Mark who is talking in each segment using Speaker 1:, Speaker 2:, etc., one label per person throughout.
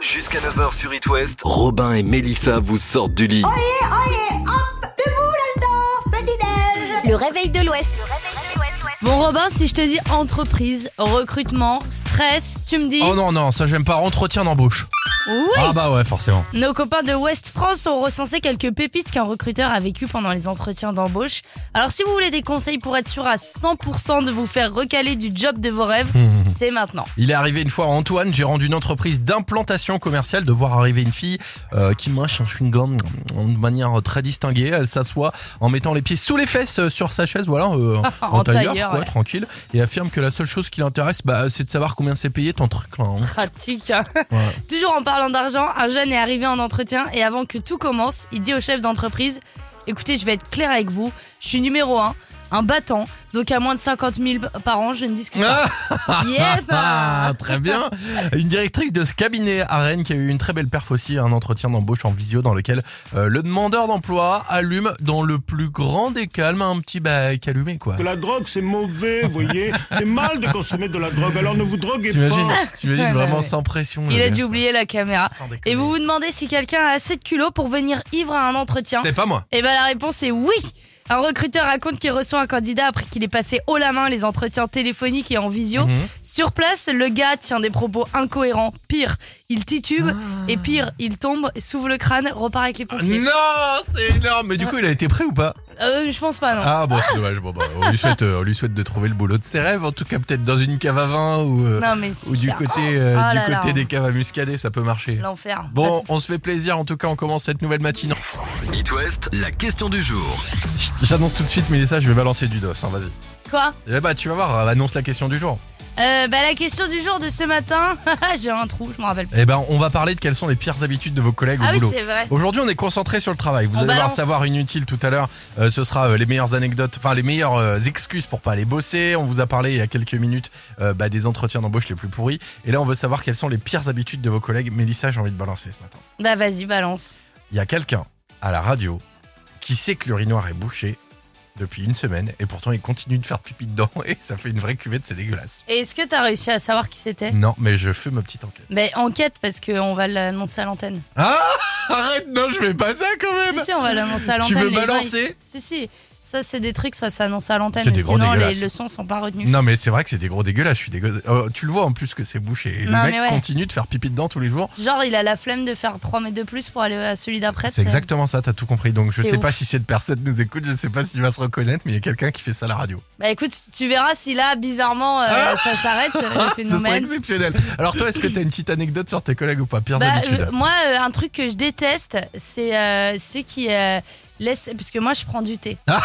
Speaker 1: Jusqu'à 9h sur It West, Robin et Mélissa vous sortent du lit.
Speaker 2: Le réveil de l'Ouest.
Speaker 3: Bon Robin, si je te dis entreprise, recrutement, stress, tu me dis
Speaker 4: Oh non, non, ça j'aime pas. Entretien d'embauche.
Speaker 3: oui.
Speaker 4: Ah bah ouais, forcément.
Speaker 3: Nos copains de West France ont recensé quelques pépites qu'un recruteur a vécues pendant les entretiens d'embauche. Alors si vous voulez des conseils pour être sûr à 100% de vous faire recaler du job de vos rêves, c'est maintenant.
Speaker 4: Il est arrivé une fois à Antoine, gérant d'une entreprise d'implantation commerciale, de voir arriver une fille euh, qui mâche un chewing-gum euh, de manière très distinguée. Elle s'assoit en mettant les pieds sous les fesses euh, sur sa chaise, voilà, euh, en,
Speaker 3: Ah, En
Speaker 4: tailleur,
Speaker 3: tailleur,
Speaker 4: quoi,
Speaker 3: ouais.
Speaker 4: tranquille, et affirme que la seule chose qui l'intéresse, bah, c'est de savoir combien c'est payé ton truc là. hein.
Speaker 3: Pratique. hein.
Speaker 4: Ouais.
Speaker 3: Toujours en parlant d'argent, un jeune est arrivé en entretien et avant que tout commence, il dit au chef d'entreprise Écoutez, je vais être clair avec vous, je suis numéro 1, un battant, donc à moins de 50 000 par an, je ne discute pas. Yep.
Speaker 4: Ah, très bien. Une directrice de ce cabinet à Rennes qui a eu une très belle perf aussi, un entretien d'embauche en visio dans lequel euh, le demandeur d'emploi allume dans le plus grand des calmes un petit bac allumé quoi.
Speaker 5: Que la drogue, c'est mauvais, vous voyez. C'est mal de consommer de la drogue, alors ne vous droguez pas.
Speaker 4: T'imagines, t'imagines
Speaker 3: Ouais,
Speaker 4: vraiment
Speaker 3: ouais.
Speaker 4: sans pression. le
Speaker 3: Il a
Speaker 4: gars.
Speaker 3: dû oublier la caméra.
Speaker 4: Sans déconner.
Speaker 3: Et vous vous demandez si quelqu'un a assez de culot pour venir ivre à un entretien
Speaker 4: C'est pas moi.
Speaker 3: Eh ben la réponse est oui Un recruteur raconte qu'il reçoit un candidat après qu'il ait passé haut la main les entretiens téléphoniques et en visio.
Speaker 4: Mhm.
Speaker 3: Sur place, le gars tient des propos incohérents. Pire, il titube. Et pire, il tombe, s'ouvre le crâne, repart avec les pompiers.
Speaker 4: Ah. Non, c'est énorme. Mais du coup, il a été prêt ou pas
Speaker 3: Euh, je pense pas, non.
Speaker 4: Ah bon, c'est dommage. Bon, bah, on lui souhaite, euh, on lui souhaite de trouver le boulot de ses rêves. En tout cas, peut-être dans une cave à vin ou, euh,
Speaker 3: Non, mais c'est
Speaker 4: ou du
Speaker 3: clair.
Speaker 4: côté, euh,
Speaker 3: Oh
Speaker 4: du
Speaker 3: là là.
Speaker 4: côté des caves à muscadet, ça peut marcher. hein.
Speaker 3: l'enfer.
Speaker 4: Bon, on se fait plaisir. En tout cas, on commence cette nouvelle matinée.
Speaker 1: It West, la question du jour.
Speaker 4: J'annonce tout de suite, mais ça, je vais balancer du dos. Hein, vas-y.
Speaker 3: Quoi
Speaker 4: Eh bah, tu vas voir. Annonce la question du jour.
Speaker 3: Euh, Bah la question du jour de ce matin. J'ai un trou, je m'en rappelle. plus.
Speaker 4: Eh ben, on va parler de quelles sont les pires habitudes de vos collègues au
Speaker 3: Ah oui,
Speaker 4: boulot.
Speaker 3: c'est vrai.
Speaker 4: Aujourd'hui, on est concentré sur le travail. Vous
Speaker 3: On
Speaker 4: allez voir
Speaker 3: balance.
Speaker 4: savoir inutile tout à l'heure. Euh, ce sera euh, les meilleures anecdotes, enfin les meilleures euh, excuses pour pas aller bosser. On vous a parlé il y a quelques minutes euh, bah, des entretiens d'embauche les plus pourris. Et là, on veut savoir quelles sont les pires habitudes de vos collègues. Mélissa, j'ai envie de balancer ce matin.
Speaker 3: Bah vas-y, balance.
Speaker 4: Il y a quelqu'un à la radio qui sait que l'urinoir est bouché depuis une semaine et pourtant il continue de faire pipi dedans et ça fait une vraie cuvette, c'est dégueulasse.
Speaker 3: Et est-ce que t'as réussi à savoir qui c'était
Speaker 4: Non, mais je fais ma petite enquête.
Speaker 3: Bah enquête, parce qu'on va l'annoncer à l'antenne.
Speaker 4: Ah Arrête, non, je fais pas ça quand
Speaker 3: Si,
Speaker 4: même
Speaker 3: si, on va l'annoncer à
Speaker 4: Eh ben, Tu
Speaker 3: l'antenne.
Speaker 4: veux
Speaker 3: les gens,
Speaker 4: balancer
Speaker 3: ils- Si, si. Ça, c'est des trucs, ça s'annonce à l'antenne.
Speaker 4: C'est des
Speaker 3: et
Speaker 4: gros
Speaker 3: Sinon, les
Speaker 4: dégueulasses.
Speaker 3: leçons sont pas retenues.
Speaker 4: Non mais c'est vrai que c'est des gros dégueulasses, je suis dégueulasse. Oh, tu le vois en plus que c'est bouché. Et le
Speaker 3: Non,
Speaker 4: mec
Speaker 3: mais ouais.
Speaker 4: continue de faire pipi dedans tous les jours.
Speaker 3: Genre, il a la flemme de faire 3 mètres de plus pour aller à celui d'après. euh.
Speaker 4: C'est exactement ça, t'as tout compris. Donc je
Speaker 3: C'est
Speaker 4: sais pas
Speaker 3: ouf.
Speaker 4: si cette personne nous écoute, je sais pas s'il va se reconnaître, mais il y a quelqu'un qui fait ça à la radio.
Speaker 3: Bah écoute, tu verras si là, bizarrement, euh, ça s'arrête, le
Speaker 4: Ah Ce serait
Speaker 3: phénomène.
Speaker 4: exceptionnel. Alors toi, est-ce que t'as une petite anecdote sur tes collègues ou pas Pires
Speaker 3: Bah,
Speaker 4: habitudes.
Speaker 3: euh, moi, euh, un truc que je déteste, c'est euh, ceux qui euh, laissent. Parce que moi, je prends du thé.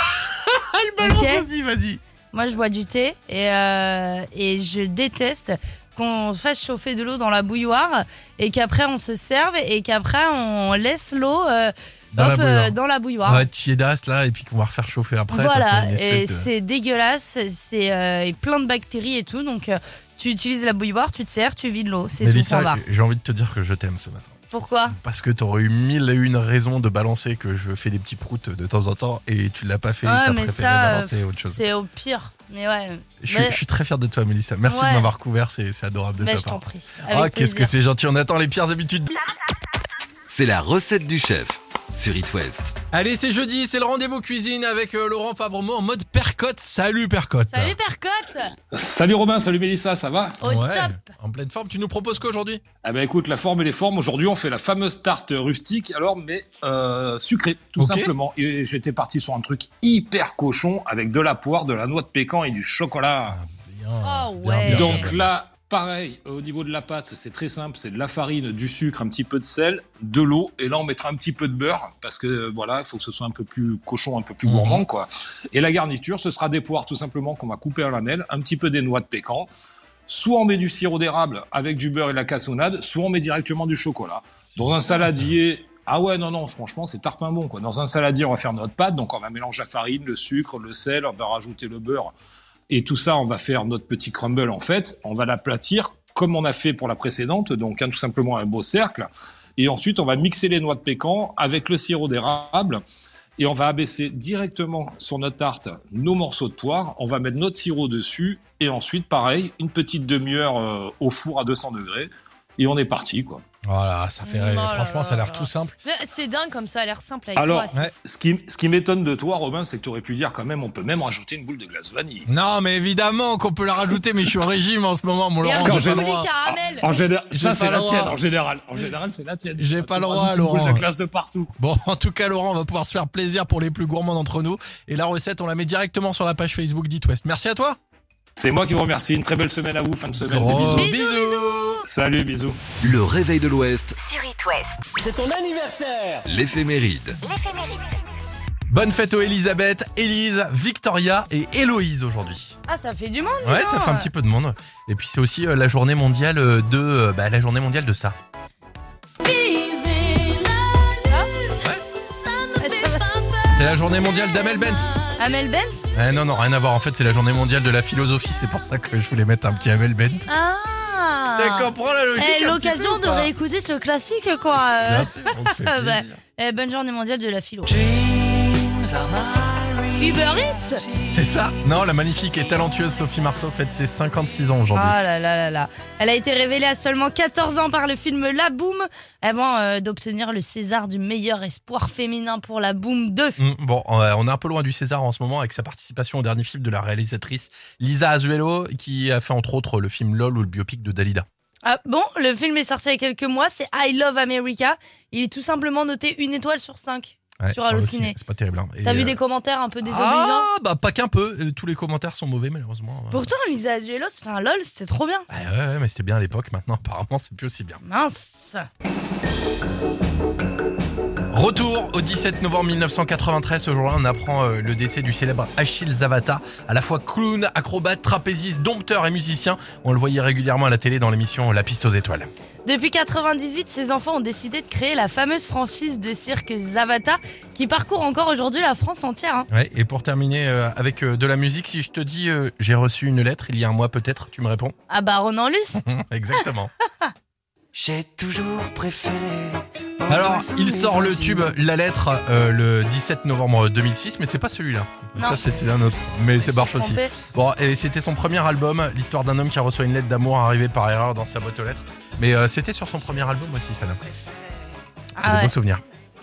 Speaker 4: Ah, il balance
Speaker 3: Ok.
Speaker 4: aussi, vas-y.
Speaker 3: Moi, je bois du thé et, euh, et je déteste qu'on fasse chauffer de l'eau dans la bouilloire et qu'après on se serve et qu'après on laisse l'eau euh,
Speaker 4: Dans la
Speaker 3: hop, euh,
Speaker 4: bouilloire.
Speaker 3: dans la bouilloire.
Speaker 4: Ouais, tiédasse là, et puis qu'on va refaire chauffer après. ça
Speaker 3: voilà,
Speaker 4: fait une
Speaker 3: et
Speaker 4: espèce de-
Speaker 3: c'est dégueulasse, c'est euh, et plein de bactéries et tout. Donc, euh, tu utilises la bouilloire, tu te sers, tu vides l'eau, c'est tout, ça
Speaker 4: Mélissa,
Speaker 3: va.
Speaker 4: j'ai envie de te dire que je t'aime ce matin.
Speaker 3: Pourquoi
Speaker 4: Parce que t'aurais eu mille et une raisons de balancer que je fais des petits proutes de temps en temps et tu l'as pas fait. et
Speaker 3: Ouais,
Speaker 4: t'as
Speaker 3: mais
Speaker 4: préféré
Speaker 3: ça, euh,
Speaker 4: balancer autre chose.
Speaker 3: C'est au pire. Mais ouais,
Speaker 4: Je, suis-
Speaker 3: mais-
Speaker 4: je suis très fier de toi, Mélissa. Merci
Speaker 3: Ouais.
Speaker 4: de m'avoir couvert, c'est c'est adorable de
Speaker 3: bah,
Speaker 4: ta
Speaker 3: je t'en
Speaker 4: part.
Speaker 3: prie.
Speaker 4: Ah,
Speaker 3: Avec
Speaker 4: qu'est-ce que
Speaker 3: plaisir.
Speaker 4: c'est gentil, on attend les pires habitudes.
Speaker 1: C'est la recette du chef sur It West.
Speaker 4: Allez, c'est jeudi, c'est le rendez-vous cuisine avec euh, Laurent Favremont en mode percote. Salut percote.
Speaker 3: Salut Percotte
Speaker 6: Salut Robin, salut Mélissa, ça va
Speaker 3: Au
Speaker 4: Ouais,
Speaker 3: top
Speaker 4: En pleine forme, tu nous proposes quoi aujourd'hui
Speaker 6: Eh ben écoute, la forme et les formes. Aujourd'hui, on fait la fameuse tarte rustique, alors mais euh, sucrée, tout
Speaker 4: Ok.
Speaker 6: simplement. Et j'étais parti sur un truc hyper cochon avec de la poire, de la noix de pécan et du chocolat.
Speaker 4: Bien,
Speaker 3: Oh,
Speaker 4: bien,
Speaker 3: ouais.
Speaker 4: bien,
Speaker 6: Donc
Speaker 4: bien.
Speaker 6: là, pareil, au niveau de la pâte, c'est très simple, c'est de la farine, du sucre, un petit peu de sel, de l'eau, et là on mettra un petit peu de beurre, parce que euh, voilà, il faut que ce soit un peu plus cochon, un peu plus
Speaker 4: Mhm.
Speaker 6: gourmand, quoi. Et la garniture, ce sera des poires tout simplement qu'on va couper à la lamelle, un petit peu des noix de pécan. Soit on met du sirop d'érable avec du beurre et de la cassonade, soit on met directement du chocolat. Dans un saladier, ah ouais, non, non, franchement, c'est tarpin bon. Quoi. Dans un saladier, on va faire notre pâte, donc on va mélanger la farine, le sucre, le sel, on va rajouter le beurre. Et tout ça, on va faire notre petit crumble en fait. On va l'aplatir comme on a fait pour la précédente, donc hein, tout simplement un beau cercle. Et ensuite, on va mixer les noix de pécan avec le sirop d'érable. Et on va abaisser directement sur notre tarte nos morceaux de poire. On va mettre notre sirop dessus. Et ensuite, pareil, une petite demi-heure euh, au four à 200 degrés. Et on est parti, quoi.
Speaker 4: Voilà, ça fait
Speaker 3: Oh
Speaker 4: rêver.
Speaker 3: là
Speaker 4: Franchement,
Speaker 3: là
Speaker 4: ça a l'air
Speaker 3: là.
Speaker 4: tout simple.
Speaker 3: Mais C'est dingue comme ça, a l'air simple avec
Speaker 6: Alors,
Speaker 3: toi. c'est-
Speaker 4: ouais.
Speaker 6: Ce qui, ce qui m'étonne de toi, Robin, c'est que tu aurais pu dire quand même, on peut même rajouter une boule de glace vanille.
Speaker 4: Non, mais évidemment qu'on peut la rajouter, mais je suis au régime en ce moment, mon
Speaker 3: Et
Speaker 4: Laurent.
Speaker 3: un petit
Speaker 4: j'ai
Speaker 6: Parce
Speaker 4: pas Ah, le
Speaker 3: coulis
Speaker 4: droit.
Speaker 3: caramel.
Speaker 6: En général,
Speaker 4: J'ai
Speaker 6: ça
Speaker 4: pas
Speaker 6: c'est la
Speaker 4: le droit.
Speaker 6: tienne. En général, en général, c'est la tienne.
Speaker 4: J'ai
Speaker 6: Ah,
Speaker 4: pas
Speaker 6: tu
Speaker 4: le droit,
Speaker 6: rajoutes une boule
Speaker 4: Laurent.
Speaker 6: de glace de partout.
Speaker 4: Bon, en tout cas, Laurent, on va pouvoir se faire plaisir pour les plus gourmands d'entre nous. Et la recette, on la met directement sur la page Facebook d'It West. Merci à toi.
Speaker 6: C'est moi qui vous remercie. Une très belle semaine à vous. Fin de semaine. Des
Speaker 4: Gros
Speaker 6: bisous.
Speaker 4: bisous.
Speaker 6: Salut, bisous.
Speaker 1: Le réveil de l'Ouest,
Speaker 2: Sur It West.
Speaker 7: C'est ton anniversaire
Speaker 1: l'éphéméride.
Speaker 2: L'éphéméride.
Speaker 4: Bonne fête aux Elisabeth, Élise, Victoria et Héloïse aujourd'hui.
Speaker 3: Ah, ça fait du monde.
Speaker 4: Ouais,
Speaker 3: dis
Speaker 4: ça
Speaker 3: donc.
Speaker 4: fait un petit peu de monde. Et puis c'est aussi euh, la journée mondiale euh, de euh, bah, la journée mondiale de ça. C'est la journée mondiale d'Amel Bent.
Speaker 3: Amel Bent
Speaker 4: Eh non non, rien à voir. En fait, c'est la journée mondiale de la philosophie. C'est pour ça que je voulais mettre un petit Amel Bent.
Speaker 3: Ah
Speaker 4: Tu comprends la logique
Speaker 3: Eh,
Speaker 4: un
Speaker 3: L'occasion
Speaker 4: petit
Speaker 3: de
Speaker 4: peu ou pas
Speaker 3: réécouter ce classique, quoi. euh.
Speaker 4: Merci, on se fait
Speaker 3: Ah, bah.
Speaker 4: plaisir.
Speaker 3: Eh, bonne journée mondiale de la philo. Uber Eats
Speaker 4: C'est ça Non, la magnifique et talentueuse Sophie Marceau fête ses 56 ans aujourd'hui.
Speaker 3: Ah là là là là. Elle a été révélée à seulement 14 ans par le film La Boom avant euh, d'obtenir le César du meilleur espoir féminin pour La Boom 2.
Speaker 4: Mm, Bon, euh, on est un peu loin du César en ce moment avec sa participation au dernier film de la réalisatrice Lisa Azuelo qui a fait entre autres le film LOL ou le biopic de Dalida.
Speaker 3: Ah bon, le film est sorti il y a quelques mois, c'est I Love America. Il est tout simplement noté une étoile sur 5
Speaker 4: Ouais,
Speaker 3: sur Allociné.
Speaker 4: C'est pas terrible. hein. Et,
Speaker 3: T'as vu
Speaker 4: euh,
Speaker 3: des commentaires un peu désobligeants
Speaker 4: Ah bah pas qu'un peu, Euh, tous les commentaires sont mauvais malheureusement. Ouais.
Speaker 3: Pourtant, Lisa Azuelos, enfin lol, c'était trop bien.
Speaker 4: Ah ouais, ouais, mais c'était bien à l'époque, maintenant apparemment c'est plus aussi bien.
Speaker 3: Mince.
Speaker 4: Retour au 17 novembre 1993, ce jour-là on apprend euh, le décès du célèbre Achille Zavata, à la fois clown, acrobate, trapéziste, dompteur et musicien. On le voyait régulièrement à la télé dans l'émission La piste aux étoiles.
Speaker 3: Depuis 98, ces enfants ont décidé de créer la fameuse franchise de cirque Zavata qui parcourt encore aujourd'hui la France entière. hein.
Speaker 4: Ouais, et pour terminer euh, avec euh, de la musique, si je te dis euh, j'ai reçu une lettre il y a un mois peut-être, tu me réponds
Speaker 3: Ah bah Ronan Luce
Speaker 4: Mmh. Exactement.
Speaker 8: J'ai toujours préféré.
Speaker 4: Alors, il sort le tube La Lettre euh, le 17 novembre 2006, mais c'est pas celui-là.
Speaker 3: Non.
Speaker 4: Ça, c'était un autre. Mais c'est barche aussi.
Speaker 3: trompée.
Speaker 4: Bon, et c'était son premier album, l'histoire d'un homme qui reçoit une lettre d'amour arrivée par erreur dans sa boîte aux lettres. Mais euh, c'était sur son premier album aussi, ça là. C'est
Speaker 3: Ah
Speaker 4: de
Speaker 3: ouais.
Speaker 4: beaux souvenirs.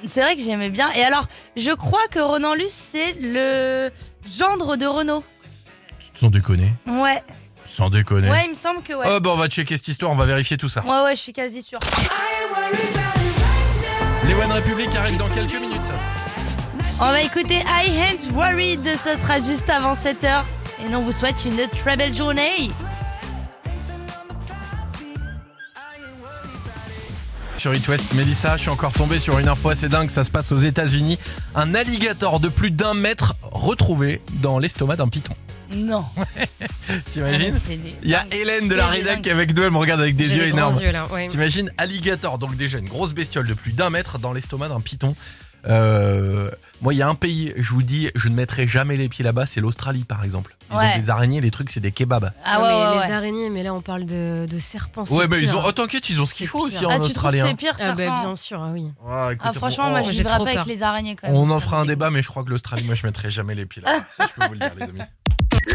Speaker 3: C'est vrai que j'aimais bien. Et alors, je crois que Ronan Luce, c'est le gendre de Renault.
Speaker 4: Sans déconner.
Speaker 3: Ouais.
Speaker 4: Sans déconner.
Speaker 3: Ouais, il me semble que ouais.
Speaker 4: Oh, bah, on va checker cette histoire, on va vérifier tout ça.
Speaker 3: Ouais, ouais, je suis quasi sûre.
Speaker 4: Les One Republic arrivent dans quelques minutes.
Speaker 3: On va écouter I Ain't Worried, ce sera juste avant 7h. Et on vous souhaite une très belle journée.
Speaker 4: Sur It West, Mélissa, je suis encore tombé sur une info assez dingue, ça se passe aux États-Unis. Un alligator de plus d'un mètre retrouvé dans l'estomac d'un python.
Speaker 3: Non.
Speaker 4: T'imagines
Speaker 3: C'est des-
Speaker 4: Il y a Hélène de la
Speaker 3: Ah, C'est des
Speaker 4: rédac
Speaker 3: dingues.
Speaker 4: qui est avec nous, elle me regarde avec des
Speaker 9: J'ai
Speaker 4: yeux
Speaker 9: les grands
Speaker 4: énormes.
Speaker 9: yeux, là, ouais.
Speaker 4: T'imagines alligator, donc déjà une grosse bestiole de plus d'un mètre dans l'estomac d'un python. Euh, moi, il y a un pays, je vous dis, je ne mettrai jamais les pieds là-bas, c'est l'Australie par exemple. Ils
Speaker 3: Ouais.
Speaker 4: ont des araignées, les trucs, c'est des kebabs.
Speaker 3: Ah
Speaker 9: Non,
Speaker 3: ouais,
Speaker 9: mais
Speaker 3: ouais,
Speaker 9: Les
Speaker 3: ouais.
Speaker 9: araignées, mais là on parle de, de serpents. c'est
Speaker 4: Ouais, mais ils
Speaker 9: pire.
Speaker 3: hein.
Speaker 4: ont. Oh, t'inquiète, ils ont ce qu'il
Speaker 9: C'est
Speaker 4: faut aussi
Speaker 9: pire.
Speaker 4: en
Speaker 3: Ah, tu trouves
Speaker 4: Australie.
Speaker 3: que c'est
Speaker 4: hein.
Speaker 3: pire,
Speaker 9: Ah, bah,
Speaker 3: serpent
Speaker 9: bien sûr, ah oui.
Speaker 4: Ah, écoute,
Speaker 3: Ah, franchement,
Speaker 4: on-
Speaker 3: moi,
Speaker 4: on-
Speaker 3: je
Speaker 9: j'ai
Speaker 3: vivrai
Speaker 9: trop
Speaker 3: pas avec
Speaker 9: peur.
Speaker 3: les araignées quand même.
Speaker 4: On
Speaker 3: Ça
Speaker 4: en
Speaker 3: me
Speaker 4: fera un
Speaker 3: dégoûte.
Speaker 4: débat, mais je crois que l'Australie, moi, je mettrai jamais les pieds là. Ça, je peux vous le dire, les amis.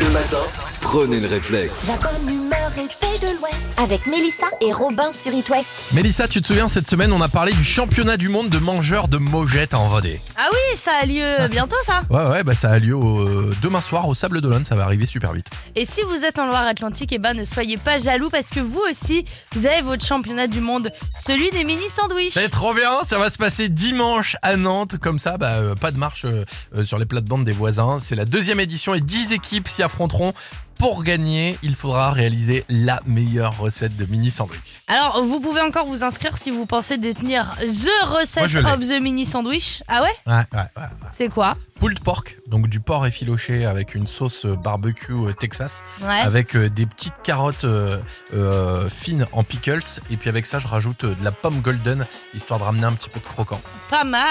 Speaker 1: Le matin, prenez le réflexe.
Speaker 2: La bonne humeur réveil de l'Ouest. Avec Mélissa et Robin sur It West.
Speaker 4: Mélissa, tu te souviens, cette semaine, on a parlé du championnat du monde de mangeurs de mojettes en Vendée.
Speaker 3: Ah oui, ça a lieu bientôt, ça.
Speaker 4: Ouais, ouais, bah ça a lieu au- demain soir au Sable d'Olonne, ça va arriver super vite.
Speaker 3: Et si vous êtes en Loire-Atlantique, eh ben, ne soyez pas jaloux parce que vous aussi, vous avez votre championnat du monde, celui des mini sandwichs.
Speaker 4: C'est trop bien, ça va se passer dimanche à Nantes, comme ça, bah euh, pas de marche euh, euh, sur les plates-bandes des voisins. C'est la deuxième édition et 10 équipes s'y affronteront. Pour gagner, il faudra réaliser la meilleure recette de mini sandwich.
Speaker 3: Alors, vous pouvez encore vous inscrire si vous pensez détenir The
Speaker 4: Moi,
Speaker 3: Recette
Speaker 4: je l'ai.
Speaker 3: of the Mini Sandwich. Ah ouais
Speaker 4: Ouais, ouais, ouais.
Speaker 3: C'est quoi
Speaker 4: Pulled pork, donc du porc effiloché avec une sauce barbecue euh, Texas.
Speaker 3: Ouais.
Speaker 4: avec euh, des petites carottes euh, euh, fines en pickles. Et puis avec ça, je rajoute euh, de la pomme golden, histoire de ramener un petit peu de croquant.
Speaker 3: Pas mal.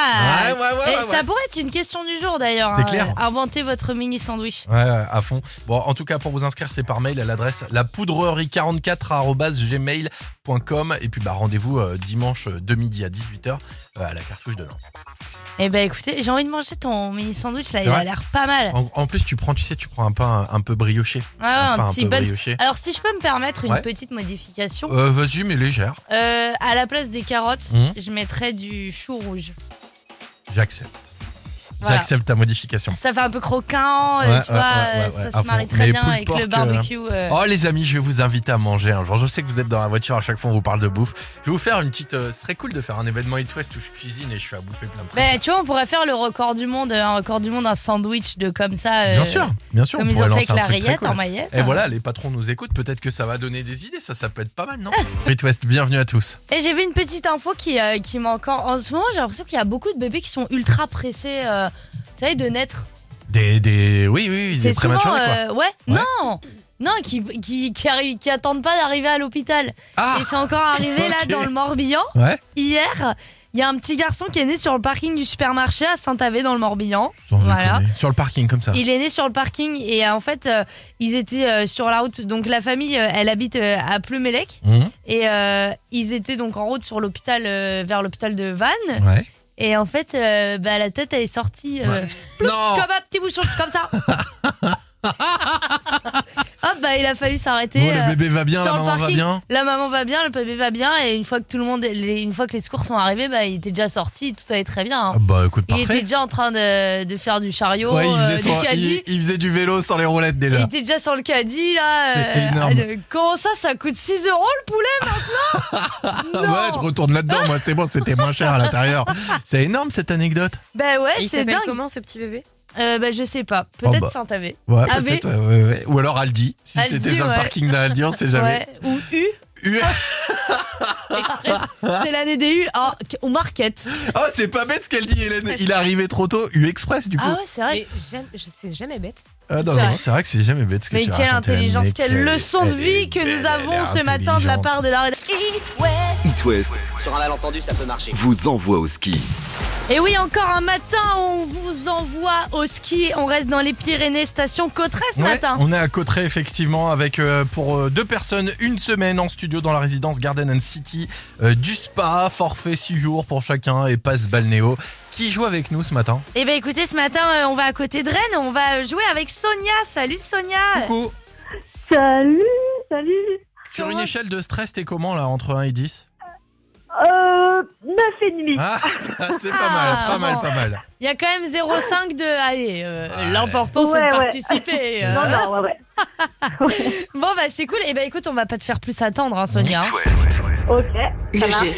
Speaker 4: ouais, ouais,
Speaker 3: Et ça pourrait être une question du jour d'ailleurs.
Speaker 4: C'est
Speaker 3: hein.
Speaker 4: clair.
Speaker 3: Inventez votre mini sandwich.
Speaker 4: Ouais, ouais, à fond. Bon, en tout cas, pour vous inscrire, c'est par mail à l'adresse lapoudrerie44.gmail.com. Et puis, bah, rendez-vous euh, dimanche euh, de midi à 18h euh, à la cartouche de Nantes.
Speaker 3: Eh ben écoutez, j'ai envie de manger ton mini sandwich là,
Speaker 4: C'est
Speaker 3: il a
Speaker 4: vrai
Speaker 3: l'air pas mal.
Speaker 4: En, en plus, tu prends, tu sais, tu prends un pain un peu brioché.
Speaker 3: Ouais, ouais, Ah, un,
Speaker 4: pain
Speaker 3: petit
Speaker 4: Ah, peu
Speaker 3: buns.
Speaker 4: brioché.
Speaker 3: Alors si je peux me permettre une
Speaker 4: Ouais.
Speaker 3: petite modification,
Speaker 4: Euh, Vas-y, mais légère.
Speaker 3: euh, à la place des carottes,
Speaker 4: Mhm.
Speaker 3: je mettrais du chou rouge.
Speaker 4: J'accepte.
Speaker 3: Voilà.
Speaker 4: J'accepte ta modification.
Speaker 3: Ça fait un peu croquant, euh,
Speaker 4: Ouais,
Speaker 3: tu
Speaker 4: ouais,
Speaker 3: vois,
Speaker 4: ouais,
Speaker 3: euh,
Speaker 4: ouais, ouais,
Speaker 3: ça
Speaker 4: à
Speaker 3: se marie
Speaker 4: fond.
Speaker 3: très
Speaker 4: Mais
Speaker 3: bien
Speaker 4: pulled
Speaker 3: avec le
Speaker 4: pork, euh,
Speaker 3: barbecue. euh,
Speaker 4: Oh les amis, je vais vous inviter à manger un jour. Je sais que vous êtes dans la voiture à chaque fois on vous parle de bouffe. Je vais vous faire une petite. euh, ce serait cool de faire un événement Eat West où je cuisine et je suis à bouffer plein de trucs.
Speaker 3: Ben, tu vois, on pourrait faire le record du monde, euh, un record du monde, un sandwich de comme ça. euh,
Speaker 4: bien sûr, bien sûr.
Speaker 3: Comme
Speaker 4: on
Speaker 3: ils
Speaker 4: pourrait
Speaker 3: ont fait
Speaker 4: lancer
Speaker 3: avec la
Speaker 4: un truc très
Speaker 3: rillette
Speaker 4: cool.
Speaker 3: en maillette.
Speaker 4: Et voilà, les patrons nous écoutent. Peut-être que ça va donner des idées. Ça, ça peut être pas mal, non Eat West, bienvenue à tous.
Speaker 3: Et j'ai vu une petite info qui, euh, qui m'a encore. En ce moment, j'ai l'impression qu'il y a beaucoup de bébés qui sont ultra pressés, euh, vous savez, de naître.
Speaker 4: Des, des, oui, oui, oui,
Speaker 3: C'est
Speaker 4: des
Speaker 3: souvent.
Speaker 4: prématurés quoi.
Speaker 3: euh, ouais, non Non, qui, qui, qui, arri- qui attendent pas d'arriver à l'hôpital.
Speaker 4: Ah
Speaker 3: Et c'est encore arrivé là
Speaker 4: Ok.
Speaker 3: dans le Morbihan.
Speaker 4: ouais.
Speaker 3: Hier, il y a un petit garçon qui est né sur le parking du supermarché à Saint-Avé dans le Morbihan.
Speaker 4: Sans
Speaker 3: Voilà.
Speaker 4: déconner. Sur le parking comme ça.
Speaker 3: Il est né sur le parking et euh, en fait, euh, ils étaient euh, sur la route. Donc la famille, euh, elle habite euh, à Plumelec
Speaker 4: Mhm,
Speaker 3: et euh, ils étaient donc en route sur l'hôpital euh, vers l'hôpital de Vannes.
Speaker 4: ouais.
Speaker 3: Et en fait, euh, bah, la tête, elle est sortie euh,
Speaker 4: Non. Oh,
Speaker 3: comme un petit bouchon, comme ça. Hop, bah il a fallu s'arrêter.
Speaker 4: Bon,
Speaker 3: euh,
Speaker 4: le bébé va bien,
Speaker 3: sur
Speaker 4: la
Speaker 3: le
Speaker 4: maman va
Speaker 3: parking.
Speaker 4: bien.
Speaker 3: la maman va bien, le bébé va bien, et une fois que tout le monde, les- une fois que les secours sont arrivés, bah, il était déjà sorti, tout allait très bien. hein.
Speaker 4: Ah bah écoute,
Speaker 3: il était
Speaker 4: parfait.
Speaker 3: déjà en train de, de faire du chariot,
Speaker 4: Ouais, il
Speaker 3: euh,
Speaker 4: faisait, son-
Speaker 3: du caddie.
Speaker 4: il- il faisait du vélo sur les roulettes
Speaker 3: Il
Speaker 4: déjà.
Speaker 3: était déjà sur le caddie là.
Speaker 4: C'est énorme.
Speaker 3: de- comment ça, ça coûte 6 euros le poulet maintenant Non.
Speaker 4: Ah Ouais, je retourne là-dedans, moi, c'est bon, c'était moins cher à l'intérieur. C'est énorme cette anecdote.
Speaker 3: Bah ouais,
Speaker 10: Et Il
Speaker 3: c'est
Speaker 10: s'appelle
Speaker 3: dingue.
Speaker 10: comment ce petit bébé
Speaker 3: Euh, bah je sais pas, peut-être
Speaker 4: bah.
Speaker 3: Saint-Avé.
Speaker 4: Ouais,
Speaker 3: Ah,
Speaker 4: peut-être, ouais, ouais, ouais. Ou alors Aldi, si
Speaker 3: Aldi,
Speaker 4: c'était sur le
Speaker 3: ouais.
Speaker 4: parking d'Aldi, on sait jamais.
Speaker 3: Ouais. Ou U,
Speaker 4: U-
Speaker 3: Express. c'est l'année des U, Ah, au market.
Speaker 4: Oh, c'est pas bête ce qu'elle dit, Hélène. Il est arrivé trop tôt, U-Express, du coup.
Speaker 3: Ah ouais, c'est vrai.
Speaker 10: Mais j'aime- je sais jamais bête.
Speaker 4: Ah non,
Speaker 3: c'est
Speaker 4: non,
Speaker 3: vrai.
Speaker 4: c'est vrai que c'est jamais bête ce que
Speaker 3: Mais
Speaker 4: tu
Speaker 3: quelle
Speaker 4: racontes, Hélène,
Speaker 3: intelligence,
Speaker 4: mais
Speaker 3: quelle leçon de
Speaker 4: elle
Speaker 3: vie
Speaker 4: est
Speaker 3: que
Speaker 4: belle,
Speaker 3: nous
Speaker 4: elle est
Speaker 3: avons ce matin de la
Speaker 4: intelligente.
Speaker 3: part de la rédaction.
Speaker 2: It West.
Speaker 1: It West
Speaker 8: Sur un malentendu, ça peut marcher.
Speaker 1: vous envoie au ski.
Speaker 3: Et oui, encore un matin, on vous envoie au ski. On reste dans les Pyrénées, station Cotteret ce
Speaker 4: Ouais,
Speaker 3: matin.
Speaker 4: On est à Cotteret effectivement avec euh, pour euh, deux personnes une semaine en studio dans la résidence Garden and City euh, du spa, forfait 6 jours pour chacun et passe balnéo. Qui joue avec nous ce matin
Speaker 3: Eh ben écoutez, ce matin, euh, on va à côté de Rennes. On va jouer avec Sonia. Salut Sonia.
Speaker 4: Coucou.
Speaker 9: Salut, salut.
Speaker 4: Sur une
Speaker 3: Comment-
Speaker 4: échelle de stress, t'es comment là entre 1 et 10
Speaker 9: Euh, 9 et demi.
Speaker 4: Ah, c'est pas mal, pas mal,
Speaker 3: bon.
Speaker 4: pas mal.
Speaker 3: Il y a quand même 0,5 de. Allez, euh,
Speaker 4: Ouais.
Speaker 3: l'important c'est
Speaker 9: Ouais,
Speaker 3: de
Speaker 9: ouais.
Speaker 3: participer. euh.
Speaker 9: Non, non, ouais, ouais.
Speaker 3: Bon bah c'est cool. Et ben écoute, on va pas te faire plus attendre, hein, Sonia.
Speaker 1: It West.
Speaker 9: Ok.
Speaker 2: Le jeu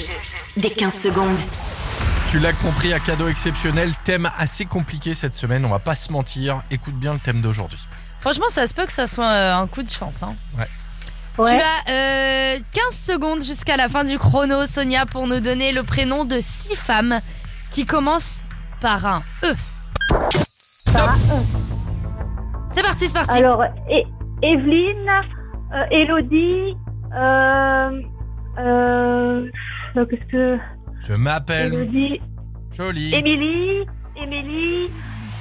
Speaker 2: des 15 secondes.
Speaker 4: Tu l'as compris, à cadeau exceptionnel, thème assez compliqué cette semaine, on va pas se mentir. Écoute bien le thème d'aujourd'hui.
Speaker 3: Franchement, ça se peut que ça soit euh, un coup de chance. Hein. Tu
Speaker 9: Ouais.
Speaker 3: as euh, 15 secondes jusqu'à la fin du chrono, Sonia, pour nous donner le prénom de six femmes qui commencent par un E. C'est parti, c'est parti.
Speaker 9: Alors, E- Evelyne, euh, Elodie, euh, euh, euh, qu'est-ce que.
Speaker 4: Je m'appelle
Speaker 9: Elodie,
Speaker 4: Jolie.
Speaker 9: Émilie, Émilie.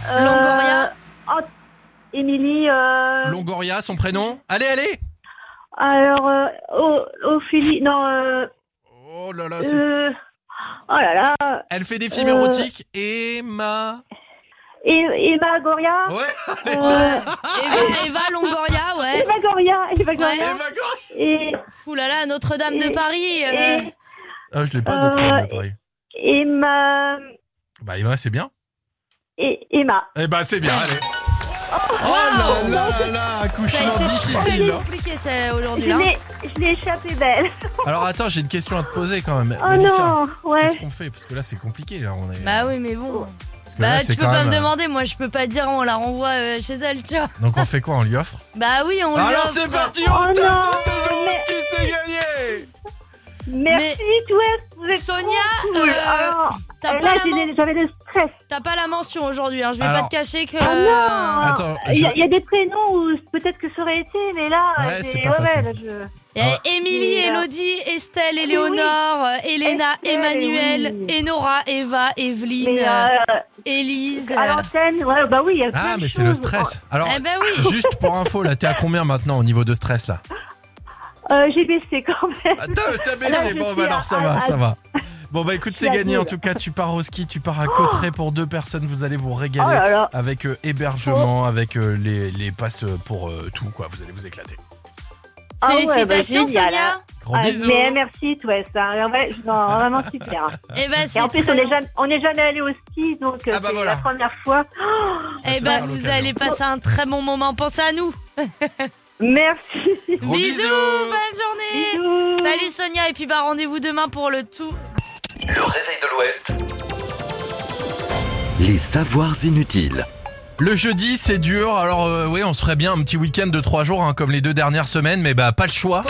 Speaker 9: euh,
Speaker 3: Longoria.
Speaker 9: Ant- Émilie, euh,
Speaker 4: Longoria, son prénom Allez, allez
Speaker 9: alors, euh, O- Ophélie, non, euh,
Speaker 4: Oh là là, c'est
Speaker 9: euh, oh là là,
Speaker 4: Elle fait des films
Speaker 9: Euh.
Speaker 4: érotiques. Emma.
Speaker 9: E- Emma Goria,
Speaker 4: Ouais.
Speaker 9: euh,
Speaker 3: Eva, Eva Longoria, ouais.
Speaker 9: Emma Goria, Emma Goria,
Speaker 4: Emma Gory.
Speaker 9: et,
Speaker 3: Ouh là là, Notre-Dame de
Speaker 9: Et-
Speaker 3: Paris. euh,
Speaker 9: et-
Speaker 4: Ah, je l'ai pas d'autre
Speaker 9: Euh.
Speaker 4: nom de Paris.
Speaker 9: Emma.
Speaker 4: Bah Emma, c'est bien.
Speaker 9: Et Emma.
Speaker 4: Eh bah c'est bien. Allez. Oh
Speaker 3: Wow.
Speaker 4: là là là,
Speaker 3: Ça
Speaker 4: accouchement
Speaker 3: a été
Speaker 4: difficile.
Speaker 3: très compliqué ça,
Speaker 9: Je
Speaker 3: aujourd'hui. hein. là.
Speaker 9: l'ai je l'ai échappé belle.
Speaker 4: hein. Alors attends, j'ai une question à te poser quand même.
Speaker 9: Oh
Speaker 4: Mélissa,
Speaker 9: non, ouais.
Speaker 4: Qu'est-ce qu'on fait Parce que là, c'est compliqué. Là, on est.
Speaker 3: Bah oui, mais bon.
Speaker 4: Parce que
Speaker 3: Bah
Speaker 4: là,
Speaker 3: tu
Speaker 4: c'est
Speaker 3: peux
Speaker 4: quand
Speaker 3: pas
Speaker 4: même- euh,
Speaker 3: me demander, moi je peux pas dire on la renvoie euh, chez elle, tu vois.
Speaker 4: Donc on fait quoi On lui offre
Speaker 3: Bah oui, on lui
Speaker 4: Alors
Speaker 3: offre.
Speaker 4: c'est parti,
Speaker 9: Oh
Speaker 4: on tape
Speaker 9: non,
Speaker 4: tout ce jour
Speaker 9: mais-
Speaker 4: qui s'est gagné.
Speaker 9: Merci, Twist. vous êtes
Speaker 3: Sonia,
Speaker 9: trop cool.
Speaker 3: euh,
Speaker 9: Ah,
Speaker 3: T'as pas,
Speaker 9: et là,
Speaker 3: la
Speaker 9: j'ai
Speaker 3: men-
Speaker 9: des- j'avais le stress.
Speaker 3: t'as pas la mention aujourd'hui, hein. je vais
Speaker 4: Alors-
Speaker 3: pas te cacher que. euh,
Speaker 9: Ah non
Speaker 4: Euh, Attends,
Speaker 9: Il y, a-
Speaker 4: je-
Speaker 9: il y a des prénoms où peut-être que ça aurait été, mais là,
Speaker 4: Ouais,
Speaker 9: j'ai-
Speaker 4: c'est pas facile.
Speaker 9: là, je-
Speaker 3: Il y
Speaker 4: Ah
Speaker 3: a Émilie,
Speaker 9: Oui, alors.
Speaker 3: Elodie, Estelle, Éléonore, euh, Elena,
Speaker 9: Estelle,
Speaker 3: Emmanuel,
Speaker 9: oui.
Speaker 3: Enora, Eva, Evelyne,
Speaker 9: Mais euh,
Speaker 3: euh, Élise.
Speaker 9: à
Speaker 3: euh.
Speaker 9: l'antenne, ouais, bah oui, il y a plein
Speaker 4: Ah
Speaker 9: de
Speaker 4: mais c'est le
Speaker 9: choses. Oh.
Speaker 4: stress. Alors
Speaker 3: Eh ben oui
Speaker 4: juste pour info, là, t'es à combien maintenant au niveau de stress là
Speaker 9: Euh, j'ai baissé quand même.
Speaker 4: Ah, T'as t'as
Speaker 9: Là,
Speaker 4: baissé,
Speaker 9: je
Speaker 4: bon
Speaker 9: suis
Speaker 4: bah
Speaker 9: à-
Speaker 4: alors ça
Speaker 9: à-
Speaker 4: va,
Speaker 9: à-
Speaker 4: ça va. Bon bah écoute, c'est
Speaker 9: La
Speaker 4: gagné en
Speaker 9: boule.
Speaker 4: tout cas. Tu pars au ski, tu pars à Cotteret pour deux personnes. Vous allez vous
Speaker 9: Oh
Speaker 4: régaler
Speaker 9: là là.
Speaker 4: avec euh, hébergement, avec euh, les, les passes euh, pour euh, tout quoi. Vous allez vous éclater.
Speaker 9: Ah ouais, bah,
Speaker 3: Félicitations
Speaker 9: génial, hein.
Speaker 3: Sonia
Speaker 4: Gros
Speaker 9: Ah,
Speaker 4: bisous.
Speaker 9: mais merci, toi, ça. Ah ouais, non, vraiment super.
Speaker 3: Eh ben
Speaker 9: Et
Speaker 3: c'est
Speaker 9: en plus, on
Speaker 3: très-
Speaker 9: n'est jamais, on n'est jamais allé au ski, donc euh,
Speaker 4: Ah bah
Speaker 9: c'est
Speaker 4: voilà.
Speaker 9: la première fois.
Speaker 3: Eh
Speaker 4: ce
Speaker 3: ben
Speaker 4: sera
Speaker 3: vous
Speaker 4: l'occasion.
Speaker 3: allez passer un très bon moment. Pensez à nous.
Speaker 9: Merci.
Speaker 4: Gros
Speaker 3: bisous,
Speaker 4: bisous.
Speaker 3: bonne journée.
Speaker 9: Bisous. Eh
Speaker 3: Salut Sonia et puis bah rendez-vous demain pour le tout.
Speaker 1: Le réveil de l'Ouest. Les savoirs inutiles.
Speaker 4: Le jeudi, c'est dur. Alors euh, oui, on se ferait bien un petit week-end de trois jours, hein, comme les deux dernières semaines, mais bah pas le choix.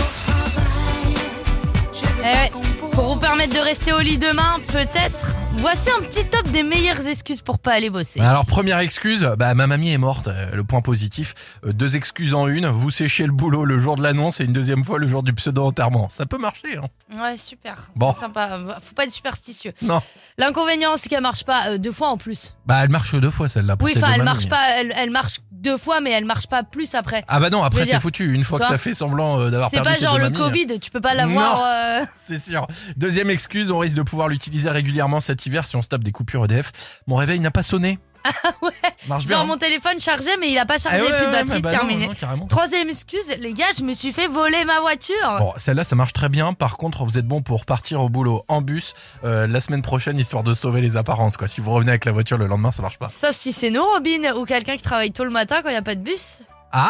Speaker 3: Eh, pour vous permettre de rester au lit demain, peut-être. Voici un petit top des meilleures excuses pour pas aller bosser.
Speaker 4: Bah, Alors première excuse, bah ma mamie est morte. euh, le point positif, Euh, deux excuses en une. Vous séchez le boulot le jour de l'annonce et une deuxième fois le jour du pseudo enterrement. Ça peut marcher. Hein.
Speaker 3: Ouais, super.
Speaker 4: Bon.
Speaker 3: C'est Sympa. Faut pas être superstitieux.
Speaker 4: Non.
Speaker 3: L'inconvénient, c'est qu'elle marche pas euh, deux fois en plus.
Speaker 4: Bah elle marche deux fois celle-là. pour
Speaker 3: Oui,
Speaker 4: tes
Speaker 3: enfin,
Speaker 4: deux
Speaker 3: elle
Speaker 4: mamies.
Speaker 3: marche
Speaker 4: hein.
Speaker 3: pas. Elle, elle marche deux fois, mais elle marche pas plus après.
Speaker 4: Ah bah non,
Speaker 3: Je
Speaker 4: après
Speaker 3: veux
Speaker 4: c'est
Speaker 3: dire,
Speaker 4: foutu. Une fois
Speaker 3: tu
Speaker 4: que
Speaker 3: vois,
Speaker 4: t'as fait semblant euh, d'avoir
Speaker 3: C'est
Speaker 4: perdu
Speaker 3: pas
Speaker 4: tes
Speaker 3: genre
Speaker 4: deux
Speaker 3: le
Speaker 4: mamies,
Speaker 3: Covid, tu peux pas l'avoir.
Speaker 4: Non.
Speaker 3: euh,
Speaker 4: C'est sûr. Deuxième excuse, on risque de pouvoir l'utiliser régulièrement cet hiver si on se tape des coupures EDF. Mon réveil n'a pas sonné.
Speaker 3: Ah ouais.
Speaker 4: Marche bien.
Speaker 3: Genre mon téléphone chargé, mais il a pas
Speaker 4: hein.
Speaker 3: chargé,
Speaker 4: Eh ouais,
Speaker 3: plus de
Speaker 4: ouais,
Speaker 3: batterie,
Speaker 4: ouais, bah non,
Speaker 3: terminé.
Speaker 4: non, carrément.
Speaker 3: Troisième excuse, les gars, je me suis fait voler ma voiture.
Speaker 4: Bon, celle-là, ça marche très bien. Par contre, vous êtes bon pour partir au boulot en bus euh, la semaine prochaine, histoire de sauver les apparences. Quoi. Si vous revenez avec la voiture le lendemain, ça marche pas.
Speaker 3: Sauf si c'est nous, Robin, ou quelqu'un qui travaille tôt le matin quand il n'y a pas de bus.
Speaker 4: Ah,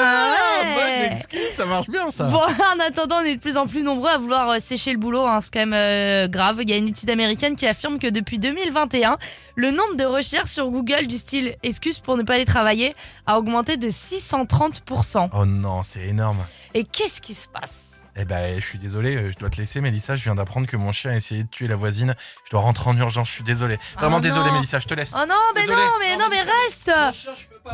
Speaker 3: Ah ouais.
Speaker 4: Bonne excuse, ça marche bien ça.
Speaker 3: Bon, en attendant, on est de plus en plus nombreux à vouloir euh, sécher le boulot. hein. C'est quand même euh, grave. Il y a une étude américaine qui affirme que depuis 2021, le nombre de recherches sur Google du style excuse pour ne pas aller travailler a augmenté de 630%.
Speaker 4: Oh non, c'est énorme.
Speaker 3: Et qu'est-ce qui se passe
Speaker 4: Eh ben, je suis désolé, euh, je dois te laisser, Mélissa. Je viens d'apprendre que mon chien a essayé de tuer la voisine. Je dois rentrer en urgence, je suis désolé. Vraiment
Speaker 3: Oh
Speaker 4: désolé,
Speaker 3: non.
Speaker 4: Mélissa, je te laisse.
Speaker 3: Oh non, mais
Speaker 4: Désolé.
Speaker 3: non, mais non, mais reste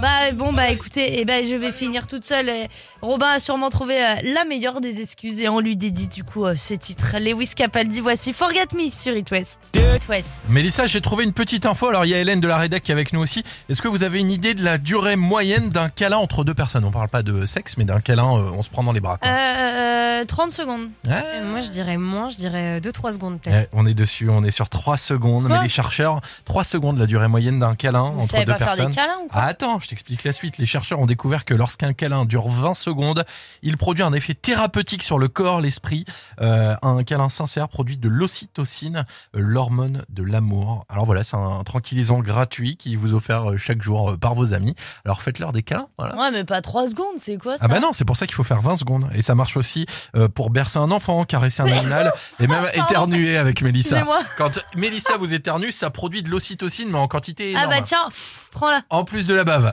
Speaker 3: Bah bon, bah écoutez, eh ben, je vais finir toute seule. Et Robin a sûrement trouvé euh, la meilleure des excuses et on lui dédie du coup euh, ce titre. Lewis Capaldi, voici Forget Me sur It West. It West.
Speaker 4: Mélissa, j'ai trouvé une petite info. Alors, il y a Hélène de la Rédac qui est avec nous aussi. Est-ce que vous avez une idée de la durée moyenne d'un câlin entre deux personnes On parle pas de sexe, mais d'un câlin, euh, on se prend dans les bras. quoi.
Speaker 3: Euh, 30 secondes.
Speaker 4: Ouais.
Speaker 10: Euh, Moi, je dirais moins, je dirais 2-3 secondes peut-être.
Speaker 4: Eh, on est dessus, on est sur 3 secondes.
Speaker 3: Quoi
Speaker 4: mais les chercheurs, 3 secondes la durée moyenne d'un câlin
Speaker 3: Vous
Speaker 4: entre
Speaker 3: savez
Speaker 4: deux
Speaker 3: pas faire
Speaker 4: personnes.
Speaker 3: des câlins ou quoi
Speaker 4: Ah, attends, je t'explique la suite. Les chercheurs ont découvert que lorsqu'un câlin dure 20 secondes, il produit un effet thérapeutique sur le corps, l'esprit. Euh, un câlin sincère produit de l'ocytocine, euh, l'hormone de l'amour. Alors voilà, c'est un tranquillisant gratuit qui vous est offert euh, chaque jour euh, par vos amis. Alors faites-leur des câlins, voilà.
Speaker 3: Ouais, mais pas 3 secondes, c'est quoi ça
Speaker 4: Ah bah non, c'est pour ça qu'il faut faire 20 secondes. Et ça marche aussi euh, pour bercer un enfant, caresser un animal et même éternuer avec Mélissa.
Speaker 3: Excusez-moi.
Speaker 4: Quand Mélissa vous éternue, ça produit de l'ocytocine, mais en quantité
Speaker 3: Ah
Speaker 4: énorme.
Speaker 3: bah tiens, pff, prends-la.
Speaker 4: en plus de la bave.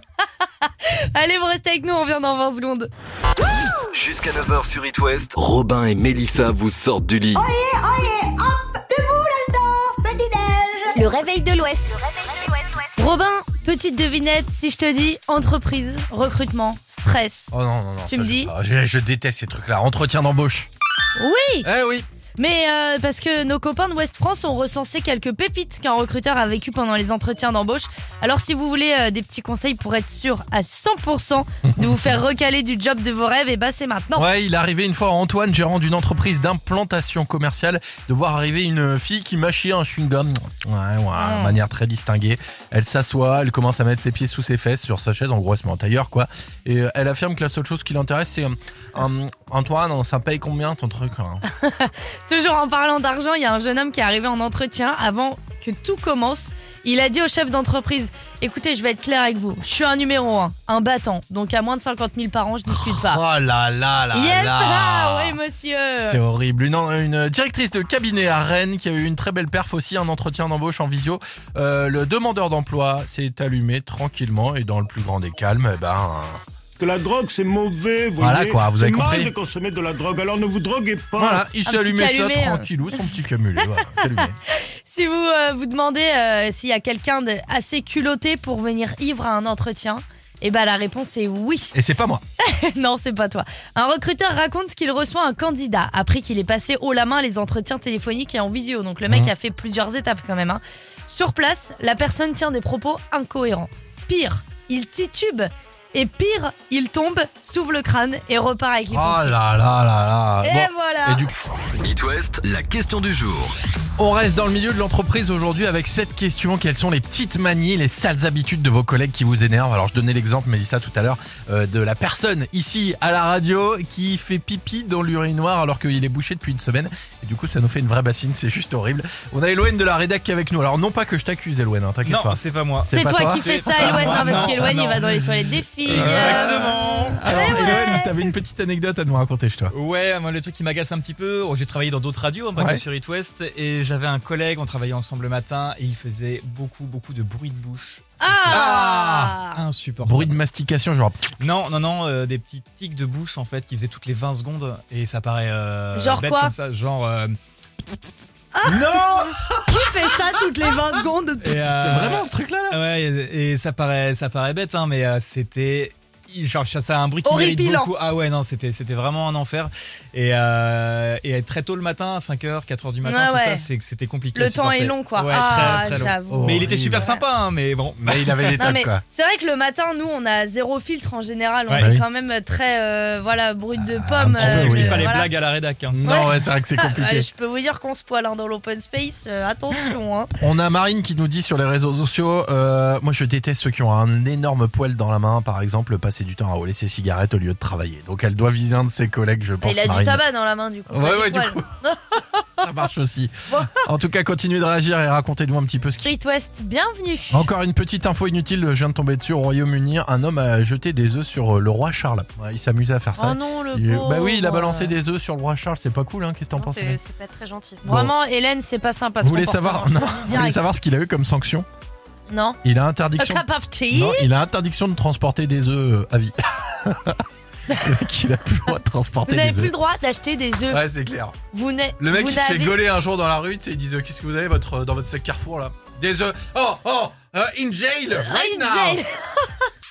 Speaker 3: Allez, vous restez avec nous, on revient dans 20 secondes.
Speaker 1: Jusqu'à 9h sur It West, Robin et Mélissa vous sortent du lit.
Speaker 2: Le réveil de l'Ouest.
Speaker 3: Robin, petite devinette, si je te dis entreprise, recrutement, stress.
Speaker 4: Oh non, non, non.
Speaker 3: Tu
Speaker 4: ça,
Speaker 3: me
Speaker 4: je-
Speaker 3: dis
Speaker 4: ah, je, je déteste ces trucs-là. Entretien d'embauche.
Speaker 3: Oui
Speaker 4: Eh oui.
Speaker 3: Mais euh, parce que nos copains de West France ont recensé quelques pépites qu'un recruteur a vécu pendant les entretiens d'embauche. Alors si vous voulez euh, des petits conseils pour être sûr à 100% de vous faire recaler du job de vos rêves, et bah c'est maintenant.
Speaker 4: Ouais, il est arrivé une fois à Antoine, gérant d'une entreprise d'implantation commerciale, de voir arriver une fille qui mâchait un chewing-gum. Ouais, ouais,
Speaker 3: Ah.
Speaker 4: de manière très distinguée. Elle s'assoit, elle commence à mettre ses pieds sous ses fesses sur sa chaise, en gros, elle se met en tailleur, quoi. Et euh, elle affirme que la seule chose qui l'intéresse, c'est euh, Antoine, ça paye combien ton truc hein
Speaker 3: Toujours en parlant d'argent, il y a un jeune homme qui est arrivé en entretien avant que tout commence. Il a dit au chef d'entreprise Écoutez, je vais être clair avec vous, je suis un numéro 1, un battant, donc à moins de 50 000 par an, je discute
Speaker 4: Oh
Speaker 3: pas.
Speaker 4: là là là
Speaker 3: Yep
Speaker 4: là.
Speaker 3: Bah. Ah oui, monsieur
Speaker 4: C'est horrible. Une, une directrice de cabinet à Rennes qui a eu une très belle perf aussi, un entretien d'embauche en visio. Euh, le demandeur d'emploi s'est allumé tranquillement et dans le plus grand des calmes, eh ben.
Speaker 5: Que la drogue, c'est mauvais, vous
Speaker 4: Voilà
Speaker 5: voyez.
Speaker 4: quoi, vous
Speaker 5: C'est
Speaker 4: avez
Speaker 5: mal
Speaker 4: compris.
Speaker 5: de consommer de la drogue, alors ne vous droguez pas.
Speaker 4: Voilà, il
Speaker 3: Un
Speaker 4: s'est
Speaker 3: petit
Speaker 4: allumé ça
Speaker 3: calumet, hein.
Speaker 4: tranquillou, son petit camulet. voilà, allumé.
Speaker 3: Si vous euh, vous demandez euh, s'il y a quelqu'un de assez culotté pour venir ivre à un entretien, eh ben la réponse est oui.
Speaker 4: Et c'est pas moi.
Speaker 3: non, c'est pas toi. Un recruteur raconte qu'il reçoit un candidat après qu'il ait passé haut la main les entretiens téléphoniques et en visio. Donc le mec
Speaker 8: Hein
Speaker 4: Mhm.
Speaker 3: a fait plusieurs étapes quand même. hein. Sur place, la personne tient des propos incohérents. Pire, il titube Et pire, il tombe, s'ouvre le crâne et repart avec les
Speaker 4: Oh là
Speaker 3: pompiers.
Speaker 4: là là là.
Speaker 3: Et
Speaker 4: Bon,
Speaker 3: voilà.
Speaker 4: et du
Speaker 1: It West, la question du jour.
Speaker 4: On reste dans le milieu de l'entreprise aujourd'hui avec cette question. Quelles sont les petites manies, les sales habitudes de vos collègues qui vous énervent Alors, je donnais l'exemple, Mélissa, tout à l'heure, euh, de la personne ici à la radio qui fait pipi dans l'urinoir alors qu'il est bouché depuis une semaine. Et du coup, ça nous fait une vraie bassine, c'est juste horrible. On a Eloane de la rédac qui est avec nous. Alors, non pas que je t'accuse, Eloane, hein, t'inquiète pas.
Speaker 8: Non, c'est pas moi.
Speaker 3: C'est
Speaker 4: pas
Speaker 3: toi, qui fais ça, Eloane. Non, parce qu'Eloane, il va dans les toilettes des filles.
Speaker 8: Exactement.
Speaker 4: Alors, Eloane, t'avais une petite anecdote à nous raconter, je toi.
Speaker 8: Ouais, moi le truc qui m'agace un petit peu, oh, j'ai travaillé dans d'autres radios, hein, pas
Speaker 4: Ouais.
Speaker 8: que sur It West, et j'avais un collègue, on travaillait ensemble le matin, et il faisait beaucoup, beaucoup de bruit de bouche. C'était
Speaker 3: Ah
Speaker 8: Insupportable.
Speaker 4: Bruit de mastication, genre.
Speaker 8: Non, non, non, euh, des petits tics de bouche en fait qui faisaient toutes les 20 secondes, et ça paraît euh,
Speaker 3: Genre
Speaker 8: bête
Speaker 3: quoi
Speaker 8: comme ça, genre. euh,
Speaker 4: Non
Speaker 3: Qui fait ça toutes les 20 secondes
Speaker 8: et, euh,
Speaker 4: C'est vraiment ce truc-là là
Speaker 8: Ouais, et et ça paraît, ça paraît bête, hein, mais euh, c'était. Genre, ça ça a un bruit qui mérite
Speaker 3: Horripilant.
Speaker 8: beaucoup. Ah ouais, non, c'était c'était vraiment un enfer. Et, euh, et être très tôt le matin, 5h, 4h du matin,
Speaker 3: Ouais,
Speaker 8: tout
Speaker 3: ouais.
Speaker 8: ça, c'est- c'était compliqué. à
Speaker 3: Le temps est
Speaker 8: supporter.
Speaker 3: long, quoi.
Speaker 8: Ouais,
Speaker 3: ah,
Speaker 8: très, très long.
Speaker 3: j'avoue.
Speaker 8: Mais il était super
Speaker 3: Ouais.
Speaker 8: sympa, hein, mais bon.
Speaker 4: Mais bah, il avait des
Speaker 3: Non
Speaker 4: tacs,
Speaker 3: mais
Speaker 4: quoi. Ah
Speaker 3: c'est vrai que le matin nous on a zéro filtre en général on
Speaker 8: Ouais.
Speaker 3: est quand même très euh, voilà bruit de
Speaker 4: un
Speaker 3: pomme
Speaker 4: petit peu,
Speaker 8: On
Speaker 4: oui.
Speaker 8: n'explique
Speaker 4: euh,
Speaker 8: pas les
Speaker 3: voilà.
Speaker 8: blagues à la rédac. hein.
Speaker 4: Non, ouais, c'est vrai que c'est
Speaker 3: Ah,
Speaker 4: compliqué.
Speaker 3: ouais, je peux vous dire qu'on se poile hein, dans l'open space euh, attention hein.
Speaker 4: On a Marine qui nous dit sur les réseaux sociaux euh, Moi, je déteste ceux qui ont un énorme poil dans la main, par exemple, passer du temps à rouler ses cigarettes au lieu de travailler. Donc, elle doit viser un de ses collègues, je
Speaker 3: Et
Speaker 4: pense.
Speaker 3: il a
Speaker 4: Marine.
Speaker 3: du tabac dans la main du coup
Speaker 4: Ouais,
Speaker 3: pas
Speaker 4: ouais,
Speaker 3: du
Speaker 4: du
Speaker 3: poil.
Speaker 4: coup. Ça marche aussi. en tout cas, continuez de réagir et racontez-nous un petit peu ce qui.
Speaker 3: Street West bienvenue
Speaker 4: Encore une petite info inutile, je viens de tomber dessus au Royaume-Uni. Un homme a jeté des œufs sur euh, le roi Charles. Ouais, il s'amusait à faire ça.
Speaker 3: oh non le
Speaker 4: Il-
Speaker 3: pauvre euh,
Speaker 4: bah oui, il a balancé des œufs sur le roi Charles, c'est pas cool, hein Qu'est-ce que t'en
Speaker 11: Non,
Speaker 4: penses
Speaker 11: C'est
Speaker 4: Hélène
Speaker 11: c'est pas très gentil. ça.
Speaker 4: Bon.
Speaker 3: vraiment Hélène c'est pas sympa ce
Speaker 4: Vous voulez
Speaker 3: comportement.
Speaker 4: savoir, non,
Speaker 3: Je le dis
Speaker 4: vous voulez
Speaker 3: direct.
Speaker 4: savoir ce qu'il a eu comme sanction
Speaker 3: non
Speaker 4: Il a
Speaker 3: a
Speaker 4: interdiction.
Speaker 3: cup of tea
Speaker 4: Non, il a interdiction de transporter des œufs euh, à vie. le mec, il a plus le droit de transporter
Speaker 3: vous n'avez
Speaker 4: des
Speaker 3: plus le
Speaker 4: œufs.
Speaker 3: droit d'acheter des œufs
Speaker 4: Ouais, c'est clair.
Speaker 3: vous n'avez
Speaker 4: Le mec,
Speaker 3: vous
Speaker 4: il se fait
Speaker 3: n'avez-
Speaker 4: gauler un jour dans la rue, tu sais, ils disent euh, Qu'est-ce que vous avez votre, dans votre sac Carrefour là Des œufs. Oh, oh, euh, in jail, right
Speaker 3: In
Speaker 4: now
Speaker 3: jail.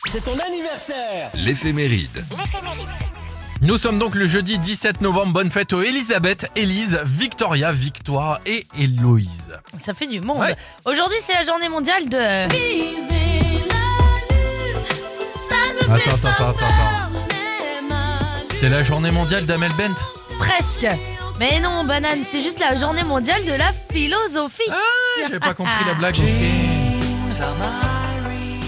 Speaker 12: C'est ton anniversaire
Speaker 1: L'éphéméride.
Speaker 13: L'éphéméride.
Speaker 4: Nous sommes donc le jeudi 17 novembre. Bonne fête aux Elisabeth, Élise, Victoria, Victoire et Héloïse.
Speaker 3: ça fait du monde
Speaker 4: Ouais.
Speaker 3: aujourd'hui c'est la journée mondiale de
Speaker 4: Attends, attends, attends, attends. C'est la journée mondiale d'Amel Bent.
Speaker 3: Presque. Mais non, banane, c'est juste la journée mondiale de la philosophie.
Speaker 4: J'avais pas compris la blague.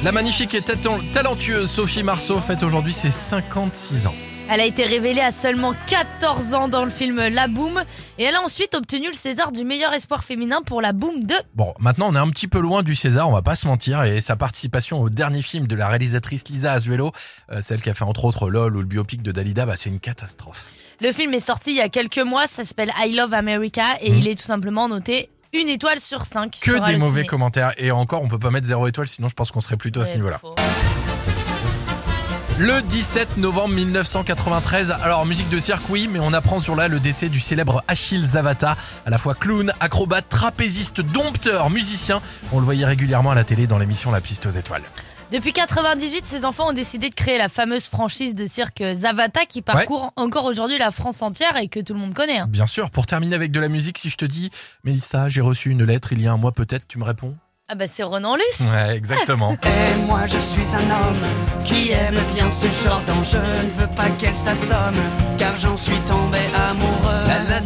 Speaker 4: La magnifique et taton- talentueuse Sophie Marceau fête aujourd'hui ses 56 ans.
Speaker 3: Elle a été révélée à seulement 14 ans dans le film La Boom et elle a ensuite obtenu le César du meilleur espoir féminin pour La Boom 2.
Speaker 4: Bon, maintenant on est un petit peu loin du César, on va pas se mentir, et sa participation au dernier film de la réalisatrice Lisa Azuelo, euh, celle qui a fait entre autres LOL ou le biopic de Dalida, bah, c'est une catastrophe.
Speaker 3: Le film est sorti il y a quelques mois, ça s'appelle I Love America et
Speaker 4: Mhm.
Speaker 3: il est tout simplement noté une étoile sur 5.
Speaker 4: Que des mauvais commentaires, et encore on peut pas mettre zéro étoile, sinon je pense qu'on serait plutôt à ce niveau-là. Le 17 novembre 1993, alors musique de cirque oui, mais on apprend sur là le décès du célèbre Achille Zavata, à la fois clown, acrobate, trapéziste, dompteur, musicien. On le voyait régulièrement à la télé dans l'émission La piste aux étoiles.
Speaker 3: Depuis 98, ces enfants ont décidé de créer la fameuse franchise de cirque Zavata qui parcourt encore aujourd'hui la France entière et que tout le monde connaît. hein.
Speaker 4: Bien sûr, pour terminer avec de la musique, si je te dis Mélissa, j'ai reçu une lettre il y a un mois peut-être, tu me réponds
Speaker 3: Ah bah c'est Renan Luce.
Speaker 4: Ouais, exactement.
Speaker 9: Et moi je suis un homme qui aime bien ce genre d'enjeu. Je ne veux pas qu'elle s'assomme, car j'en suis tombé amoureux.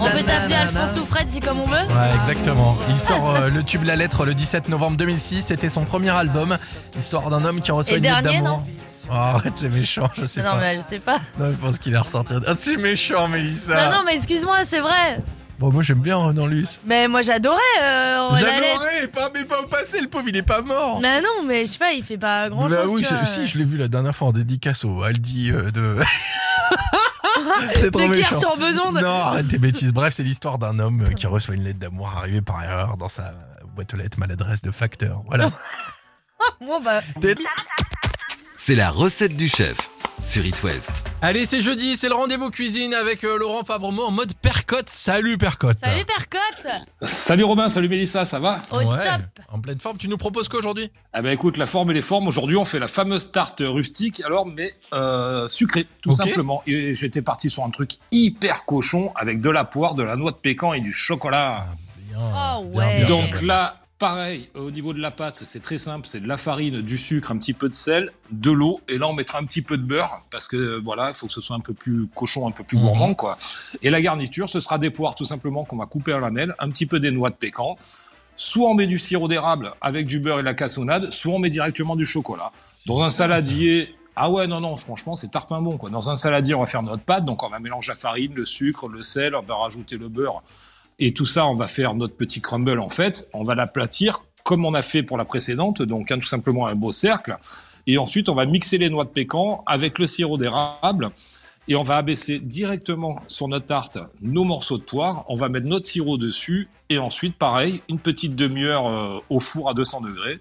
Speaker 3: On peut t'appeler Alphonse ou Fred si comme on veut.
Speaker 4: Ouais, exactement. Il sort euh, le tube La Lettre le 17 novembre 2006. C'était son premier album. Histoire d'un homme qui reçoit
Speaker 3: Et
Speaker 4: une lettre
Speaker 3: dernier,
Speaker 4: d'amour. Oh, arrête, c'est méchant, je sais
Speaker 3: Non
Speaker 4: pas.
Speaker 3: mais je sais pas.
Speaker 4: Non, je pense qu'il est ressorti. Ah, c'est méchant, Mélissa.
Speaker 3: Bah Non non mais excuse-moi c'est vrai.
Speaker 4: Bon, moi j'aime bien Renan Luce.
Speaker 3: Mais moi j'adorais. Euh, on la lettre.
Speaker 4: J'adorais, pas, mais pas au passé, le pauvre il est pas mort.
Speaker 3: Mais non mais je sais pas il fait pas grand
Speaker 4: bah
Speaker 3: chose.
Speaker 4: oui,
Speaker 3: tu
Speaker 4: je-
Speaker 3: vois.
Speaker 4: si, je l'ai vu la dernière fois en dédicace au Aldi euh, de. c'est trop
Speaker 3: de
Speaker 4: méchant.
Speaker 3: Claire sur Besonde.
Speaker 4: Non, arrête tes bêtises. Bref, c'est l'histoire d'un homme euh, qui reçoit une lettre d'amour arrivée par erreur dans sa boîte aux lettres maladresse de facteur. Voilà.
Speaker 3: Bon bah
Speaker 4: T'es-
Speaker 1: C'est la recette du chef sur It West.
Speaker 4: Allez, c'est jeudi, c'est le rendez-vous cuisine avec euh, Laurent Favremont en mode percote. Salut percote.
Speaker 3: salut Percotte.
Speaker 6: Salut Robin, salut Mélissa, ça va
Speaker 3: Au
Speaker 4: Ouais,
Speaker 3: top.
Speaker 4: en pleine forme. Tu nous proposes quoi aujourd'hui
Speaker 6: Ah bah écoute, la forme et les formes. Aujourd'hui, on fait la fameuse tarte rustique, alors mais euh, sucrée, tout
Speaker 4: Ok.
Speaker 6: simplement. Et j'étais parti sur un truc hyper cochon avec de la poire, de la noix de pécan et du chocolat.
Speaker 4: Bien,
Speaker 3: Oh
Speaker 4: bien,
Speaker 3: ouais.
Speaker 4: bien,
Speaker 6: Donc
Speaker 4: bien.
Speaker 6: là, Pareil, euh, au niveau de la pâte, c'est très simple, c'est de la farine, du sucre, un petit peu de sel, de l'eau, et là on mettra un petit peu de beurre, parce que euh, voilà, il faut que ce soit un peu plus cochon, un peu
Speaker 4: Mhm.
Speaker 6: plus gourmand, quoi. Et la garniture, ce sera des poires tout simplement qu'on va couper à la lamelles, un petit peu des noix de pécan. Soit on met du sirop d'érable avec du beurre et de la cassonade, soit on met directement du chocolat. Dans un saladier, ah ouais, non, non, franchement, c'est tarpin bon, quoi. Dans un saladier, on va faire notre pâte, donc on va mélanger la farine, le sucre, le sel, on va rajouter le beurre. Et tout ça, on va faire notre petit crumble en fait. On va l'aplatir comme on a fait pour la précédente, donc hein, tout simplement un beau cercle. Et ensuite, on va mixer les noix de pécan avec le sirop d'érable. Et on va abaisser directement sur notre tarte nos morceaux de poire. On va mettre notre sirop dessus. Et ensuite, pareil, une petite demi-heure euh, au four à 200 degrés.